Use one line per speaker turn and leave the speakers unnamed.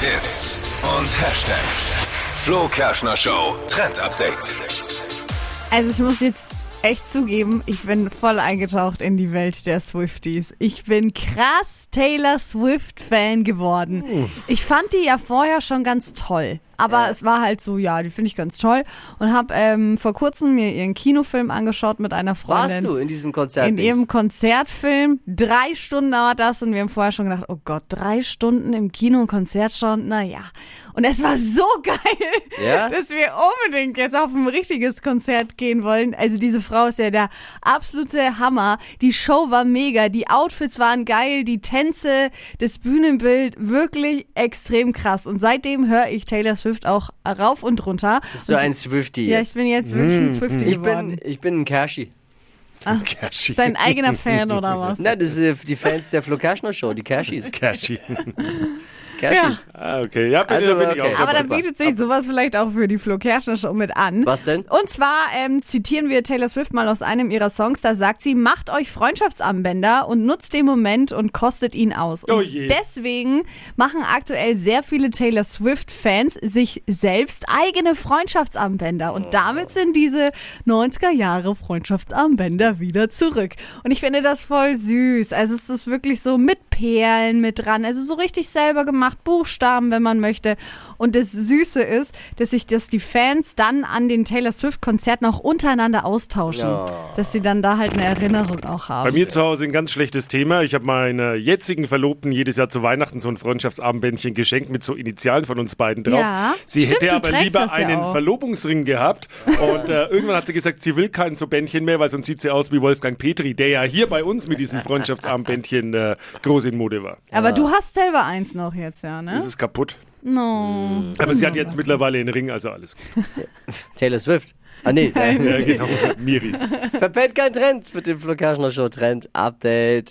Hits und Hashtags. Flo Kerschner Show Trend Update.
Also ich muss jetzt echt zugeben, ich bin voll eingetaucht in die Welt der Swifties. Ich bin krass Taylor Swift-Fan geworden. Ich fand die ja vorher schon ganz toll. Aber es war halt so, ja, die finde ich ganz toll. Und habe ähm, vor kurzem mir ihren Kinofilm angeschaut mit einer Freundin.
Warst du in diesem Konzert?
In ihrem Konzertfilm. Drei Stunden dauert das und wir haben vorher schon gedacht, oh Gott, drei Stunden im Kino ein Konzert schauen, naja. Und es war so geil,
Ja?
dass wir unbedingt jetzt auf ein richtiges Konzert gehen wollen. Also diese Frau ist ja der absolute Hammer. Die Show war mega, die Outfits waren geil, die Tänze, das Bühnenbild, wirklich extrem krass. Und seitdem höre ich Taylor Swift auch rauf und runter.
Bist du
Und-
ein Swifty?
ja, ich bin jetzt wirklich ein Swiftie
ich
geworden.
bin, ich bin ein Kershi.
Cashy.
Sein eigener Fan oder was?
Na, das sind die Fans der Flo Kerschner Show, die Kershis.
Cashy.
Kershis.
Ah, okay. Ja, bitte,
Also,
da bin ich
okay.
auch
Aber
dabei.
dann bietet sich sowas vielleicht auch für die Flo Kerschner Show mit an.
Was denn?
Und zwar ähm, zitieren wir Taylor Swift mal aus einem ihrer Songs. Da sagt sie, macht euch Freundschaftsarmbänder und nutzt den Moment und kostet ihn aus. Und
Oh je.
deswegen machen aktuell sehr viele Taylor Swift-Fans sich selbst eigene Freundschaftsarmbänder. Und damit sind diese 90er Jahre Freundschaftsarmbänder wieder zurück. Und ich finde das voll süß. Also es ist wirklich so mit Perlen mit dran. Also so richtig selber gemacht, Buchstaben, wenn man möchte. Und das Süße ist, dass sich das die Fans dann an den Taylor Swift-Konzerten auch untereinander austauschen. Dass sie dann da halt eine Erinnerung auch
Bei
haben.
mir zu Hause ein ganz schlechtes Thema. Ich habe meiner jetzigen Verlobten jedes Jahr zu Weihnachten so ein Freundschaftsarmbändchen geschenkt mit so Initialen von uns beiden drauf.
Ja.
Sie
Stimmt, du
hätte aber
trägst
lieber
das ja
einen
auch.
Verlobungsring gehabt. Und äh, irgendwann hat sie gesagt, sie will kein so Bändchen mehr, weil sonst sieht sie aus wie Wolfgang Petri, der ja hier bei uns mit diesem Freundschaftsarmbändchen äh, groß in Mode war.
Aber du hast selber eins noch jetzt, ja,
Das
ne?
ist kaputt.
No.
Mm. Aber sie hat jetzt mittlerweile einen Ring, also alles gut.
Taylor Swift. Ah, nee.
Ja, genau. Miri.
Verpennt kein Trend mit dem Flo Kerschner Show Trend Update.